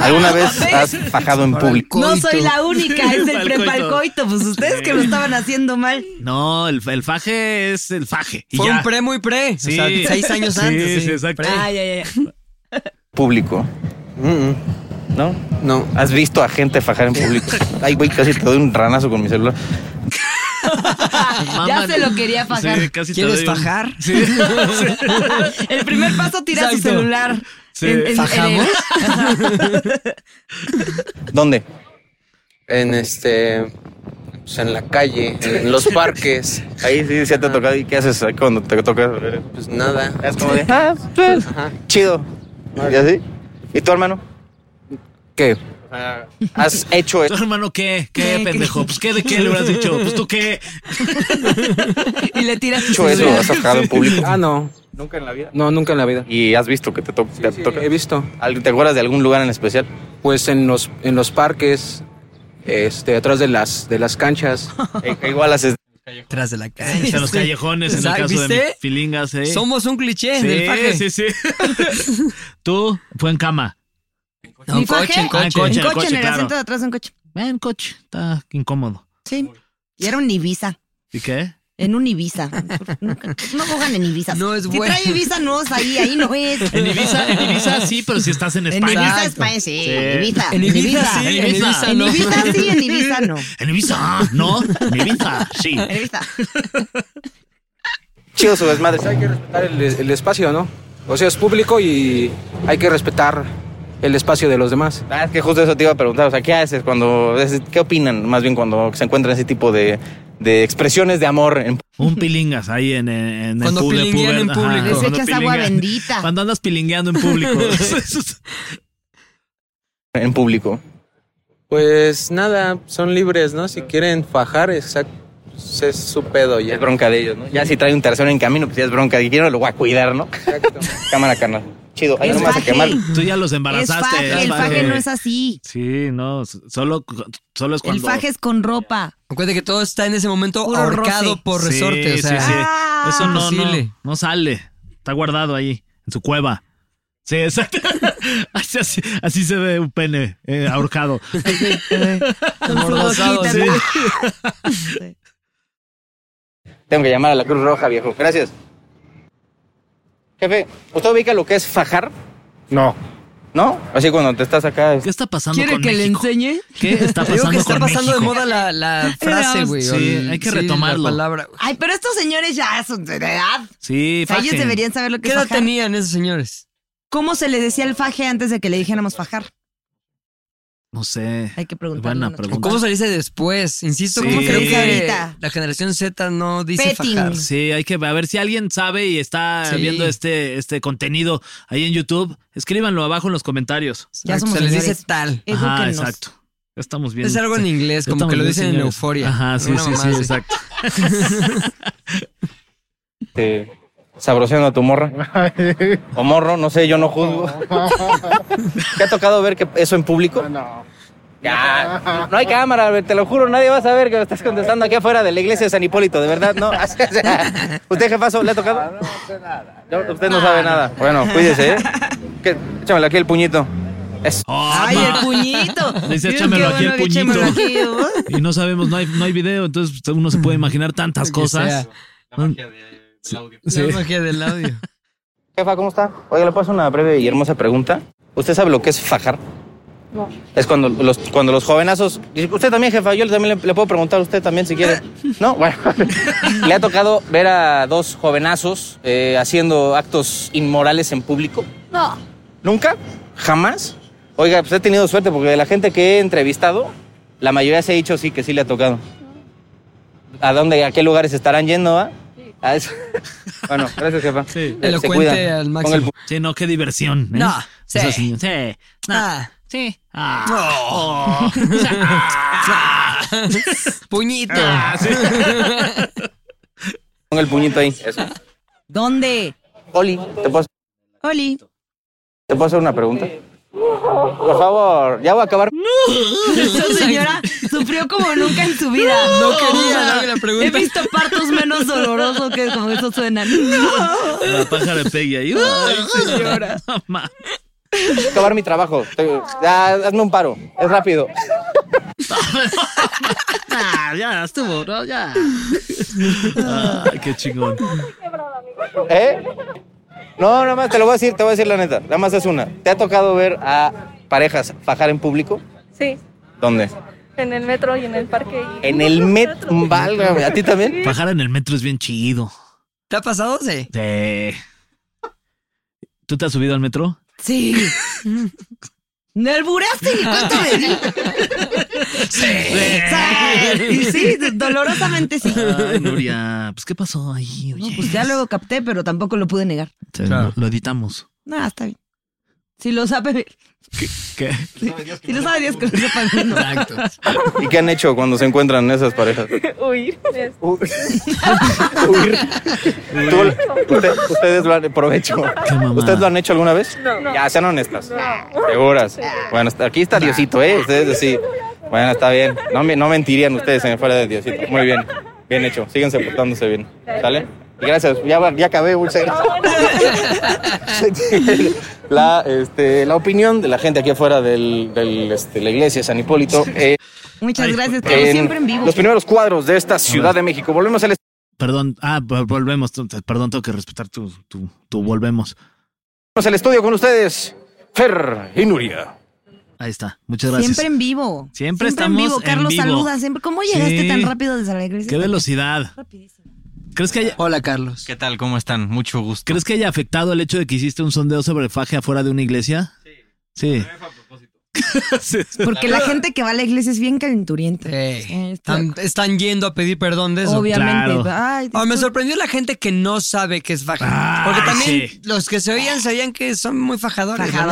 ¿Alguna vez has fajado en público?
No soy la única, es el
Palcoito.
prepalcoito. Pues ustedes que lo estaban haciendo mal.
No, el, el faje es el faje. Y
Fue
ya.
un pre muy pre.
Sí.
O sea, seis años
Sí,
antes.
sí, exacto.
Pre.
Ay, ay, ay.
público. ¿No?
No.
¿Has visto a gente fajar en público? Ay, güey, casi te doy un ranazo con mi celular.
Mamá,
se lo quería fajar.
Sí, casi te
¿Quieres
doy un-
fajar?
El primer paso tira su
Exacto.
celular.
Sí.
En- en- en el-
¿Fajamos?
¿Dónde?
en este pues, en la calle, en los parques,
Ahí sí, se te ha tocado. ¿Y qué haces ahí cuando te toca?
pues nada.
Es como de, ah, pues,
Ajá.
chido. ¿Y así? ¿Y tu hermano?
¿Qué?
¿Has hecho
¿Tu
esto?
hermano qué? ¿Qué, pendejo? Pues qué de qué le hubieras dicho. Pues tú qué.
Y le tiras tus
¿Has hecho eso? ¿Has tocado en público?
Ah, no.
Nunca en la vida.
No, nunca en la vida.
¿Y has visto que te, to- te toca?
He visto.
¿Al- ¿Te acuerdas de algún lugar en especial?
Pues en los en los parques, este, atrás de las de las canchas.
Eh, que igual haces.
Tras de la calle.
En los
Sí.
callejones, en el
Exacto,
caso de
¿viste?
mis filingas, ¿eh?
Somos un cliché
Sí,
del faje.
sí, sí. Tú, fue en cama.
No, en coche, en
Ah, en
coche.
coche.
En coche, en el
claro.
asiento de atrás de un coche.
Eh, En coche, está incómodo.
Sí. Y era un Ibiza.
¿Y qué?
En un Ibiza. Nunca- No cojan en Ibiza.
No es
si
bueno.
trae Ibiza, no es ahí, ahí no es.
En Ibiza, en Ibiza sí, pero si estás en
En
España.
Ibiza, España, sí. En Ibiza.
En Ibiza, sí, en
Ibiza.
Ibiza,
En
no.
Ibiza sí, en Ibiza no.
En Ibiza, ¿no? En Ibiza, sí.
En Ibiza.
Chido su desmadre.
Hay que respetar el, el espacio, ¿no? O sea, es público y hay que respetar el espacio de los demás.
Ah, es que justo eso te iba a preguntar. O sea, ¿qué haces cuando. es- ¿Qué opinan más bien cuando se encuentran ese tipo de, de expresiones de amor? En...
Un pilingas ahí en, en
Cuando
el pub de
pilinguean en
puber, ajá,
público. Les
cuando
echas agua
pilinguean-
bendita.
Cuando andas pilingueando en público.
en público.
Pues nada, son libres, ¿no? Si quieren fajar, exacto, pues, es su pedo
Ya
ya.
es bronca de ellos, ¿no? Ya si trae un tercero en camino, pues ya es bronca. Y quiero lo voy a cuidar, ¿no?
Exacto.
Cámara, carnal. Chido. Ahí
Es
no me vas a
faje.
quemar.
Tú ya los
Es
embarazaste.
faje, el faje no es así.
Sí, no, s- solo, solo es
El
cuando...
faje es con ropa.
Acuérdate que todo está en ese momento
Puro
ahorcado
roce.
por
Sí,
resorte. O sea, Ah,
sí, sí. Eso no, no,
imposible.
no sale. Está guardado ahí, en su cueva. Sí, exacto. Así, así- así se ve un pene eh, ahorcado.
Con su
Amordazado,
hojita,
sí.
¿no?
Tengo que llamar a la Cruz Roja, viejo. Gracias. Jefe, ¿usted ubica lo que es fajar?
No.
¿No? Así cuando te estás acá.
¿Qué está pasando
¿Quiere
con
que le
México?
enseñe?
¿Qué está
Digo
pasando
que está
con
pasando de
México?
moda la, la frase, güey.
Sí,
o el-
hay que retomarlo.
La palabra. güey.
Ay, pero estos señores ya son de edad.
Sí,
O sea, ellos
fajen.
deberían saber lo que
¿Qué
es
edad
fajar.
tenían esos señores?
¿Cómo se le decía el faje antes de que le dijéramos fajar?
No sé.
Hay que preguntarle
Buena
a nuestro-
pregunta.
¿Cómo se dice después? Insisto,
Sí.
como creo
Sí.
que
Ahorita.
la generación Z no dice
Petting.
fajar.
Sí, hay que ver. a ver si alguien sabe y está
Sí.
viendo este, este contenido ahí en YouTube. Escríbanlo abajo en los comentarios.
Ya
Exacto,
somos
Se les dice
señores.
tal.
Ajá,
Edúquennos.
exacto. Ya estamos viendo.
Es algo en inglés, como que lo dicen en euforia.
Ajá, sí,
Una
sí, sí,
mamá así.
exacto.
Este, sabroseando a tu morra. O morro, no sé, yo no juzgo. ¿Te ha tocado ver que eso en público?
No.
Ya, no hay cámara, Albert, te lo juro, nadie va a saber que lo estás contestando aquí afuera de la iglesia de San Hipólito, de verdad, ¿no? ¿Usted, jefazo, le ha tocado? No, no sé nada. usted no sabe nada. Bueno, cuídese, ¿eh? Que- Échamele aquí el puñito. Eso.
Oh,
Ay,
ma.
el puñito.
Dice,
Dios,
échamelo
qué
aquí el
bueno que échamelo
puñito.
aquí, ¿no?
Y no sabemos, no hay, no hay video, entonces pues, uno se puede imaginar tantas
Lo que
cosas.
sea.
Sí.
La magia del audio.
Jefa, ¿cómo está? Oiga, le paso una breve y hermosa pregunta. ¿Usted sabe lo que es fajar? No. Es cuando los, cuando los jovenazos... dice, Usted también, jefa, yo también le, le puedo preguntar a usted también si quiere. No, bueno. ¿Le ha tocado ver a dos jovenazos eh, haciendo actos inmorales en público?
No.
¿Nunca? ¿Jamás? Oiga, pues he tenido suerte porque de la gente que he entrevistado, la mayoría se ha dicho sí, que sí le ha tocado. ¿A dónde, a qué lugares estarán yendo, ah? A eso. bueno, gracias, jefa.
Sí.
Se
Elocuente
cuidan.
al
Ponga el
máximo.
Sí, no, qué diversión. ¿eh?
No,
O sea, sí. Sí. no,
Ah.
sí. Ah.
Puñito.
Ponga el puñito ahí. Eso.
¿Dónde?
Oli, ¿te puedo,
Oli.
te puedo hacer una pregunta? Por favor, ya voy a acabar.
Esta señora sufrió como nunca en su vida.
No quería darme Ah, la
He
pregunta.
visto partos menos dolorosos que como eso suenan. No.
La paja de Peggy ahí. Ay, señora. Mamá,
Voy a acabar mi trabajo. Te- ya, hazme un paro. Es rápido.
Ah, ya estuvo, ¿no? Ya. Ay, Ah, qué chingón.
¿Eh? No, nada más te lo voy a decir, te voy a decir la neta. Nada más es una. ¿Te ha tocado ver a parejas fajar en público?
Sí,
¿Dónde?
en el metro y en el parque. y-
En el metro. ¿A ti también?
Bajar en el metro es bien chido.
¿Te ha pasado? Sí.
Sí. ¿Tú te has subido al metro?
Sí. ¿Me alburaste? Cuéntame. Sí. Sí, dolorosamente sí.
Ay, Nuria, pues ¿qué pasó ahí?
No, pues ya luego capté, pero tampoco lo pude negar.
Te- lo, lo editamos.
Nada, está bien. Si lo sabe,
¿Qué?
si, si lo sabe Dios que lo sepa. ¿no?
¿Y qué han hecho cuando se encuentran esas parejas?
Huir.
Tú- usted- ustedes lo han provecho. ¿Ustedes lo han hecho alguna vez?
No.
Ya, sean honestas.
No.
Seguras. Bueno, está- aquí está Diosito, ¿eh? Ustedes sí. Bueno, está bien. No, me- no mentirían ustedes en fuera de Diosito. Muy bien. Bien hecho. Síganse portándose bien. ¿Sale? Y gracias. Ya, va- ya acabé, muchas
Ah,
gracias. La, este, la opinión de la gente aquí afuera del, del, este, la iglesia de San Hipólito. eh,
Muchas gracias, pero siempre en vivo.
Los primeros cuadros de esta Ciudad de México. Volvemos al
Perdón, ah, vol- volvemos. tú- te- Perdón, tengo que respetar tu, tu, tu volvemos.
Vamos al estudio con ustedes, Fer y Nuria.
Ahí está. Muchas gracias.
Siempre en vivo.
Siempre
en
estamos
vivo.
en
Carlos
vivo.
saluda siempre. ¿Cómo llegaste
Sí.
tan rápido desde la iglesia?
Qué velocidad. ¿Crees que haya... Hola, Carlos.
¿Qué tal? ¿Cómo están? Mucho gusto.
¿Crees que haya afectado el hecho de que hiciste un sondeo sobre faje afuera de una iglesia? Sí. Sí.
Porque la gente que va a la iglesia es bien calenturienta. Sí, este,
Están, están yendo a pedir perdón de eso.
Obviamente. Claro. Ay,
Ah, me sorprendió la gente que no sabe que es faja. Porque
Ah,
también los que se oían sabían que son muy fajadores. la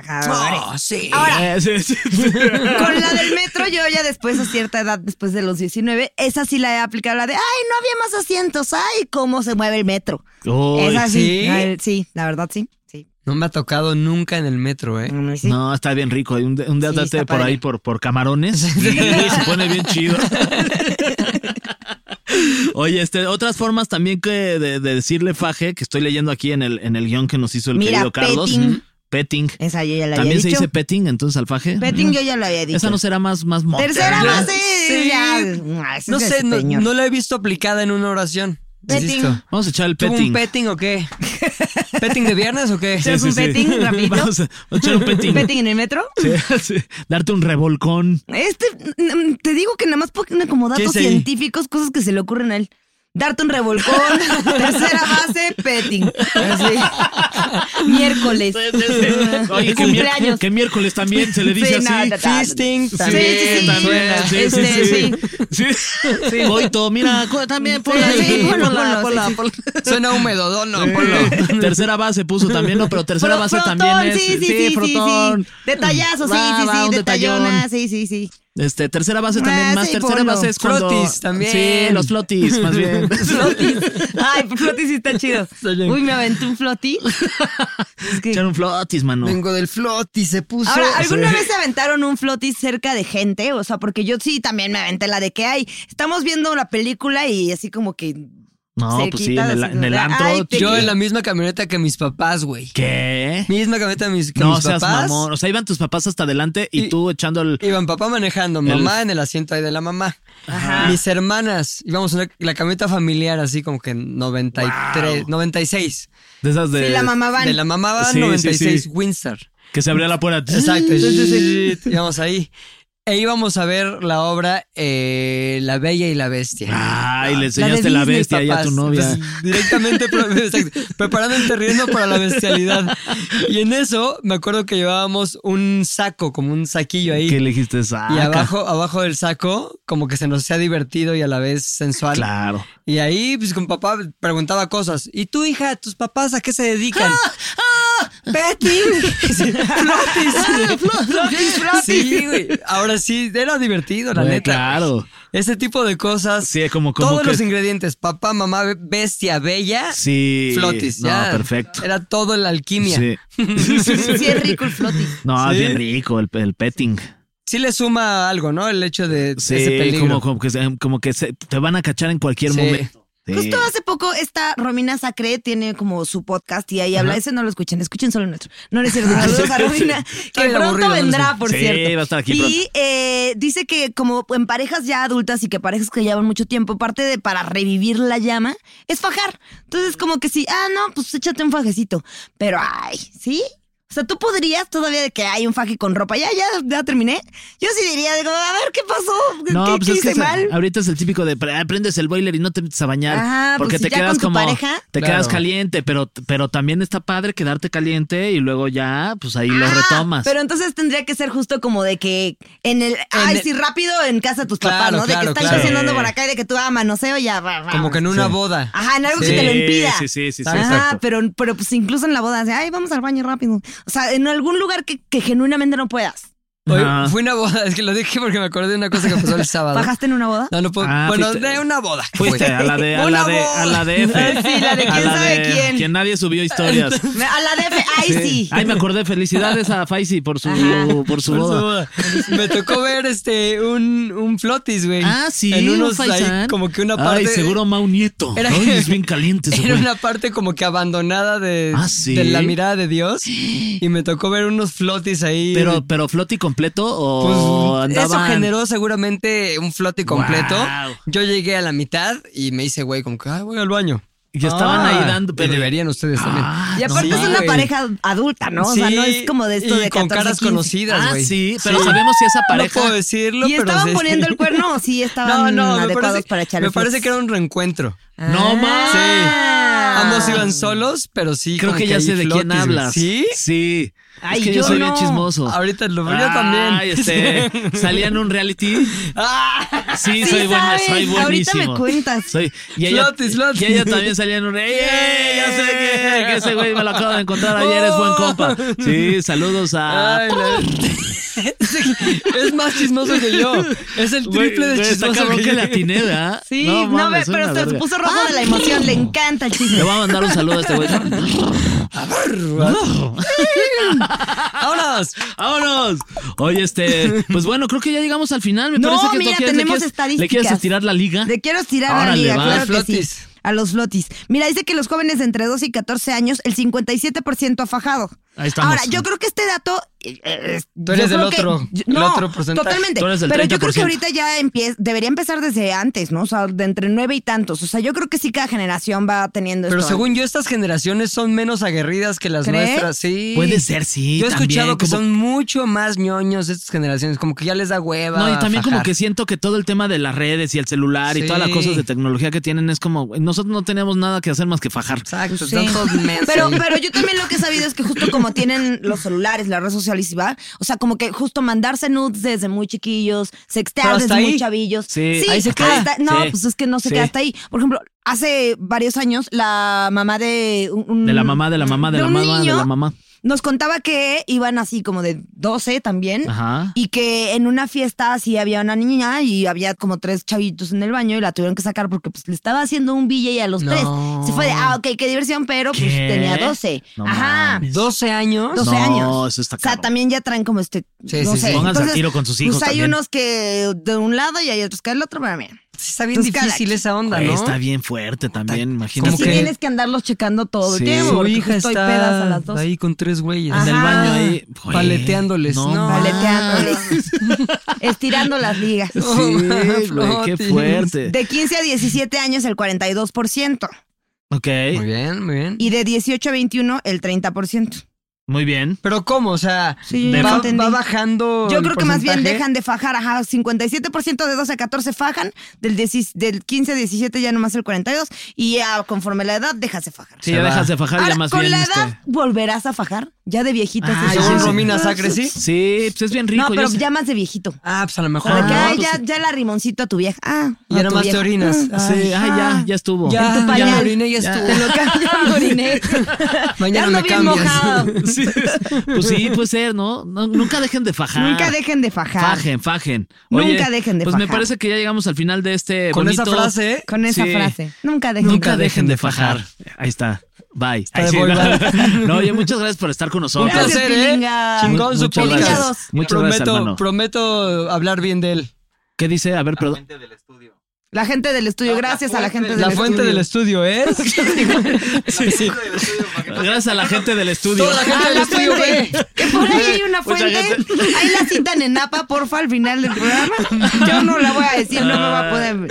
Fajadores,
Sí.
fajadores.
No, sí.
Ahora.
Eh, sí, sí, sí.
Con la del metro, yo ya después, a cierta edad, después de los 19, esa sí la he aplicado, la de, ay, no había más asientos, ay, cómo se mueve el metro.
Ay,
esa sí.
¿sí?
Ay, sí, la verdad sí. sí.
No me ha tocado nunca en el metro,
Mm,
¿eh?
No, está bien rico. Hay Un, de- un día
Sí,
date
está
por
padre.
ahí por, por camarones. Y se pone bien chido. Oye, este, otras formas también que de, de decirle faje, que estoy leyendo aquí en el, en el guión que nos hizo el
Mira,
querido Carlos.
petting.
Ujú. Petting.
Esa yo ya la
También
había
se
dicho.
dice petting, entonces al faje.
Petting
Mm.
yo ya lo había dicho.
Esa no será más, más moderna.
Tercera
Ya.
base.
Sí.
ya. Ah, ese
No
es el
sé, no,
señor.
no la he visto aplicada en una oración.
Petting.
Insisto.
Vamos a echar el
¿Tuvo
petting.
un petting o qué? ¿Petting de viernes o qué?
Sí, sí, sí. Vamos a vamos a echar un petting.
¿Petting en el metro?
Sí, sí. Darte un revolcón.
Este, mm, mm, te digo que nada más pone como
¿Qué
datos
es ahí?
científicos, cosas que se le ocurren a él. Darte un revolcón, tercera base, petting. Así. Miércoles.
Oye, que, mier-
cumpleaños.
que miércoles también se le
Sí,
dice
no,
así.
no, no. Fisting Sí, también, sí, sí.
también,
Suena. Este,
sí. Sí. Boito, mira, co- también ponla
Sí,
ahí,
sí, ponlo,
ponla,
ponlo,
ponla,
sí, sí.
ponla.
Suena húmedo, no, ponlo.
Tercera base puso también, no, pero tercera
Pro-
base
protón,
también es.
sí, sí, sí, sí,
protón.
sí. Detallazo, sí,
Va,
sí,
va,
sí,
un detallón.
detallona, sí, sí, sí.
Este, tercera base también,
Ah,
más
sí,
tercera
ponlo.
base es cuando...
Flotis también.
Sí, los flotis, más bien.
Flotis. Ay, flotis sí está chido.
Está bien.
Uy, me aventé un floti.
Echar un flotis, mano.
Vengo del flot y se puso.
Ahora, ¿alguna vez se aventaron un flotis cerca de gente? O sea, porque yo sí también me aventé la de que hay. Estamos viendo la película y así como que.
No, pues sí, en el,
cerquita,
en el
así,
antro.
ay, te-
Yo en la misma camioneta que mis papás, güey.
¿Qué?
Misma camioneta mis- que
No
mis
seas
papás.
mamón. O sea, iban tus papás hasta adelante y, tú echando el...
Iban papá manejando, mamá en el asiento ahí de la mamá. Mis hermanas, íbamos en la, la camioneta familiar así como que 93, 96.
De esas de...
Sí, la mamá van.
De la mamá van
Sí, sí,
96
sí.
Windsor.
Que se abría la puerta.
Exacto. eh,
Sí, sí, sí.
íbamos ahí. E íbamos a ver la obra eh, La Bella y la Bestia.
Ay, le enseñaste
de
la,
Disney,
bestia ahí a tu
papás.
novia.
Entonces, directamente pro- exacto, preparando el terreno para la bestialidad. Y en eso me acuerdo que llevábamos un saco, como un saquillo ahí.
¿Qué le dijiste? Saca.
Y abajo, abajo del saco, como que se nos sea divertido y a la vez sensual.
Claro.
Y ahí, pues con papá preguntaba cosas. ¿Y tú, hija, tus papás a qué se dedican? ¡Betty!
flotis, flotis.
Sí, güey. Ahora sí, era divertido, la
Güey,
neta.
claro.
Ese tipo de cosas.
Sí, como- como
Todos
que-
los ingredientes: papá, mamá, be- bestia, bella.
Sí.
Flotis,
No,
ya.
perfecto.
Era todo la alquimia.
Sí.
Sí.
Sí, es rico el flotis.
No,
Sí.
bien rico el, el petting.
le suma algo, ¿no? El hecho de de ese
Sí,
peligro.
como, como que, se- como que se- te van a cachar en cualquier
Sí. Pues
momento. Sí.
Justo hace poco esta Romina Sacré tiene como su podcast y ahí habla. Ese no lo escuchen, escuchen solo el nuestro. No, no es cierto. Saludos a Romina, que
bien
pronto
aburrido, no sé.
vendrá, por
Sí,
cierto.
va a estar aquí
y
pronto.
eh, dice que como en parejas ya adultas y que parejas que llevan mucho tiempo, parte de para revivir la llama es fajar. Entonces como que sí, ah, no, pues échate un fajecito. Pero, ay, ¿sí? O sea, tú podrías todavía de que hay un faje con ropa. Ya, ya, ya terminé. Yo sí diría, digo, a ver, ¿qué pasó?
No,
¿Qué,
pues
qué
es que
hice
es-
mal?
ahorita es el típico de pre- ah, prendes el boiler y no te metes a bañar.
Ajá, pues,
porque
si
te
ya
quedas
con tu
como.
pareja.
Te
Claro.
quedas caliente, pero, pero también está padre quedarte caliente y luego ya, pues ahí lo retomas.
Ah, Pero entonces tendría que ser justo como de que en el. ay,
el-
sí, rápido en casa de tus
Claro,
papás, ¿no? de que
claro,
están
claro.
creciendo ando por acá y de que tú, ah, manoseo, ya. va, va.
Como que en una
Sí.
boda.
Ajá, en algo que
Sí,
te lo impida.
sí, sí, sí, sí,
Ah,
Ajá,
exacto.
pero, pero pues incluso en la boda, así, ay, vamos al baño rápido. O sea, en algún lugar que, que genuinamente no puedas.
Oye,
Ajá.
fui a una boda, es que lo dije porque me acordé de una cosa que pasó el sábado.
¿Bajaste en una boda?
No, no puedo.
Ah,
bueno,
fuiste-
de una boda.
Fuiste a la de, a la
Una
de, a la de
boda.
F.
Sí, la de
A
quién sabe quién.
Quien nadie subió historias.
Me- A la DF, ahí sí.
Ay, me acordé. Felicidades a Faisy por su, por su
Por su
boda.
boda. Me tocó ver este un, un flotis, güey.
Ah, sí,
En
un
unos ahí,
faisán.
como que una parte.
Ay, seguro Mau Nieto.
Era-
Ay, es bien caliente ese
Era
güey.
una parte como que abandonada de,
Ah, sí.
de la mirada de Dios. Y me tocó ver unos flotis ahí.
Pero, pero floti completo
Pues,
o
eso
andaban-
generó seguramente un floti completo.
Guau.
Yo llegué a la mitad y me hice, güey, como que, ah, voy al baño.
Y estaban
Ah,
ahí dando.
y
Pero,
deberían ustedes también.
Y aparte
Ah, no
es una
mames.
pareja adulta, ¿no? o sea, no es como de esto
y
de
con
14,
caras
15.
conocidas,
Ah,
güey.
sí, pero sabemos si esa pareja-
No puedo decirlo,
¿Y
pero
estaban
sí.
poniendo el cuerno o sí
No,
estaban
no, me
adecuados
parece,
para echarle
me parece
fotos?
que era un reencuentro.
No más.
Ah. Sí.
Ah.
Ambos iban solos, pero sí.
Creo
como
que ya
hay
sé de quién
flotis, güey.
hablas.
¿Sí?
Sí.
Ay,
es que
yo
yo soy
no.
bien chismoso.
Ahorita lo veo
Ay,
también.
este, salía en un reality. Sí, soy, bueno,
sabes,
soy buenísimo.
ahorita me cuentas.
Soy, y, ella,
Flotis, flotis.
y ella también salía en un reality. Ya sé que, que ese güey me lo acabo de encontrar ayer, es buen compa. Sí, saludos a...
Ay, la- es más chismoso que yo. Es el
Güey,
triple de
güey, está
chismoso
cabrón
que,
que
yo.
la atiné, ¿verdad?
Sí, no,
mames,
ve,
soy
pero
una
se
verga.
puso rojo de la emoción, le encanta el
Le
chisme.
voy a mandar un saludo a este güey.
¡Vámonos!
¡Vámonos! Oye, este, pues bueno, creo que ya llegamos al final. Me
No,
parece que
mira,
tú quieres- le
tenemos
quieres- ¿Le
estadísticas.
quieres estirar la liga?
Le quiero estirar a la
Órale,
liga,
va.
claro que
Flotis.
sí. A los flotis. Mira, dice que los jóvenes de entre 2 y 14 años, el 57% ha fajado.
Ahí estamos.
Ahora, yo creo que este dato. eh, eh,
Tú
yo
eres
creo
del
que-
otro,
yo-
el
no,
otro porcentaje.
Totalmente.
Tú eres del
pero yo creo que
30%.
ahorita ya empie- debería empezar desde antes, ¿no? O sea, de entre 9 y tantos. O sea, yo creo que sí cada generación va teniendo
Pero
esto.
según yo, estas generaciones son menos aguerridas que las
¿Crees?
nuestras. Sí.
Puede ser, sí,
Yo he escuchado
también,
que
como-
son mucho más ñoños estas generaciones, como que ya les da hueva.
No, y también como
fajar.
que siento que todo el tema de las redes y el celular y
Sí.
todas las cosas de tecnología que tienen es como, güey, nosotros no tenemos nada que hacer más que fajar.
Exacto,
Sí.
están todos mensos.
Pero, pero yo también lo que he sabido es que justo como tienen los celulares, las redes sociales y va, o sea, como que justo mandarse nudes desde muy chiquillos,
Pero
sextear
hasta
desde muy
ahí.
chavillos.
Sí, ahí se
hasta-
queda.
no,
Sí.
pues es que no se
Sí.
queda hasta ahí. Por ejemplo, hace varios años la mamá de un, un-
De la mamá, de la mamá, de, la
Mm. un
mamá,
niño
de la mamá.
Nos contaba que iban así como de 12 también.
Ajá.
Y que en una fiesta así había una niña y había como tres chavitos en el baño y la tuvieron que sacar porque pues le estaba haciendo un billete a los
No.
tres. Se fue de, ah, ok, qué diversión, pero pues
¿Qué?
tenía 12.
No
Ajá.
mames.
12 años.
12
No,
años.
eso está
o sea,
cabrón.
también ya traen como este.
Sí,
no
sí,
sé.
sí.
Pónganse al tiro con sus hijos
Pues hay
también.
unos que de un lado y hay otros que del otro, pero mira.
Sí, está bien
Pues cada
difícil
quien.
esa onda,
Güey,
¿no?
Eh, Está bien fuerte también, imagínate.
Como
Sí
que-
tienes que andarlos checando todo el
Sí.
tiempo.
Su
porque
hija
justo hay pedas a
está
las 12.
ahí con tres güeyes.
En el
Ajá.
baño ahí. güey,
Paleteándoles. No.
mames.
Paleteándoles. Estirando las ligas.
Ah. Sí, güey, qué
Flotis.
fuerte.
De 15 a 17 años, el 42%.
Ok,
Muy bien, muy bien.
Y de 18 a 21, el 30%.
muy bien.
Pero ¿cómo? O sea,
Sí,
De-
no
va,
entendí.
va bajando.
Yo
el
creo que más bien
Oh, porcentaje.
dejan de fajar, ajá, 57% de 12 a 14 fajan, del, 10 del 15 a 17 ya nomás el 42, y ya conforme la edad dejas de fajar.
Sí,
Se
ya
va.
dejas de fajar y
Ahora,
ya más
con
bien.
la
este-
edad volverás a fajar, ya de viejito.
Ah,
sí,
según
sí.
Romina Sacre, ¿sí?
Sí, pues es bien rico.
No, pero
yo sé-
ya más de viejito.
Ah, pues a lo
O
mejor.
sea, de
¿no?
que, ay,
Pues
ya, ya la rimoncito a tu vieja. Ah,
Y
a
ahora
tu
más te
vieja.
orinas.
Ah,
Sí, ay, ya, ya estuvo.
Ya,
en tu
ya me
pañal.
oriné, ya estuvo.
Te lo cambio, ya me oriné. Ya
Mañana
ando
me
bien
cambias.
mojado.
Sí, pues sí, puede ser, ¿no? No, Nunca dejen de fajar.
Nunca dejen de fajar.
Fajen, fajen.
Nunca dejen de
pues me
fajar.
parece que ya llegamos al final de este
Con
bonito-
esa frase, ¿eh?
Con esa
Sí.
frase. Nunca dejen
Nunca
de
dejen de fajar. Ahí está. Bye. Ahí
de
sí,
boy
¿no? no, oye, muchas gracias por estar con nosotros.
Gracias,
placer, ¿eh?
Pilinga.
Chingón su
Muchas
podcast.
gracias.
Muchas gracias,
prometo,
hermano.
prometo hablar bien de él.
¿Qué dice? A ver, perdón.
La gente del estudio, gracias a la gente del
La
estudio.
fuente del estudio ¿eh? es.
Este,
Sí.
Gracias a la gente del estudio.
Toda la gente
Ah,
del
la
estudio,
fuente.
güey.
Que por ahí hay una fuente. Ahí Ah, la citan en APA, porfa, al final del programa. Yo no la voy a decir, no me va a poder.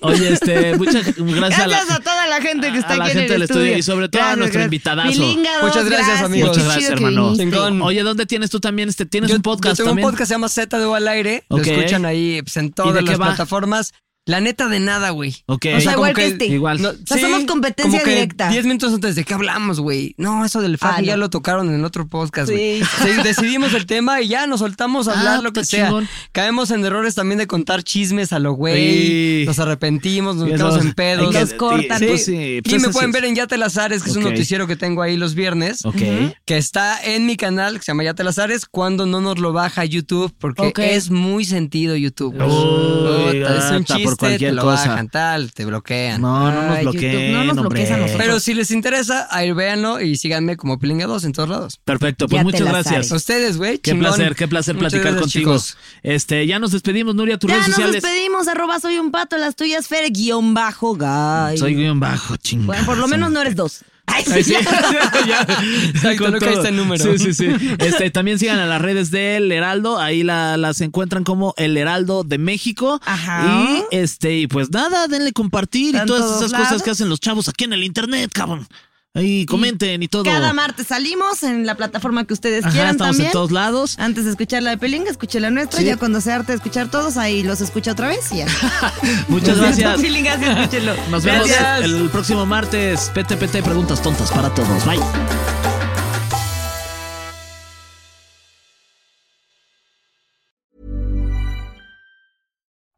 Oye, este, muchas gracias, a la-
Gracias a toda la gente que está
a la
aquí en
gente
el
del estudio
estudio.
y sobre todo a
Gracias,
nuestro
gracias.
invitadazo.
Milinga, Muchas dos, gracias, gracias. amigos.
Muchas
Qué
gracias,
chido que
hermano.
viniste. Chingón.
Oye, ¿dónde tienes tú también este? ¿Tienes un podcast
Yo tengo
también?
un podcast que se llama Z de al aire.
Ok.
Lo escuchan ahí pues, en
¿Y de
todas
qué
las
va?
plataformas. La neta de nada, güey.
Ok.
O sea, igual que este.
Igual.
no,
sea, somos competencia
como que
directa.
10 minutos antes de qué hablamos, güey. No, eso del faje
Ah,
ya
no.
lo tocaron en otro podcast,
Sí. pues
güey. Sí, decidimos el tema y ya nos soltamos a
Ah,
hablar lo que
está
sea.
chingón.
Caemos en errores también de contar chismes a lo
Sí.
güey. Nos arrepentimos, nos
Ya
metemos
sabes,
en pedos.
hay que-
Nos cortan.
Sí,
Sí.
pues sí, pues
y me
eso sí
pueden
es.
ver en Ya Te Lazares, que es un
Ok.
noticiero que tengo ahí los viernes.
Ok.
Que está en mi canal, que se llama Ya Te Lazares, cuando no nos lo baja YouTube, porque
Ok.
es muy sentido YouTube.
Uy,
Puta, es un
gata, por
chiste,
cualquier
te lo
cosa.
bajan, tal, te bloquean.
No, no nos
Ay, YouTube,
bloqueen,
no nos bloquees a
hombre.
nosotros.
Pero si les interesa, ahí véanlo y síganme como Pilinga 2 en todos lados.
Perfecto, pues
Ya te
muchas
la
gracias.
A ustedes, güey.
Qué
chingón.
placer, qué placer
Muchas
platicar
gracias,
contigo.
chicos.
Este, ya nos despedimos, Nuria, tus
Ya
redes
nos
sociales.
despedimos, arroba soy un pato, las tuyas, Fer, guión bajo, guy.
Soy guión bajo, chingada.
Bueno, por lo menos no eres dos. Ay,
Ay, sí.
ya.
Ya,
Exacto,
con
no
todo.
caíste en este número.
Sí, sí, sí. Este, también sigan a las redes del Heraldo. Ahí la- las encuentran como El Heraldo de México.
Ajá.
Y este, y pues nada, denle compartir y
Están
todas
todos
esas cosas
lados.
que hacen los chavos aquí en el internet, cabrón. Ahí comenten y todo.
Cada martes salimos en la plataforma que ustedes
Ajá,
quieran
estamos
también.
en todos lados.
Antes de escuchar la de Pelinga, escuché la nuestra. Ya cuando se harte de escuchar todos, ahí los escucha otra vez y ya. Ah.
Muchas gracias.
Pelinga, Pues sí, escúchenlo.
Nos vemos
Gracias.
el próximo martes. PTPT preguntas tontas para todos. Bye.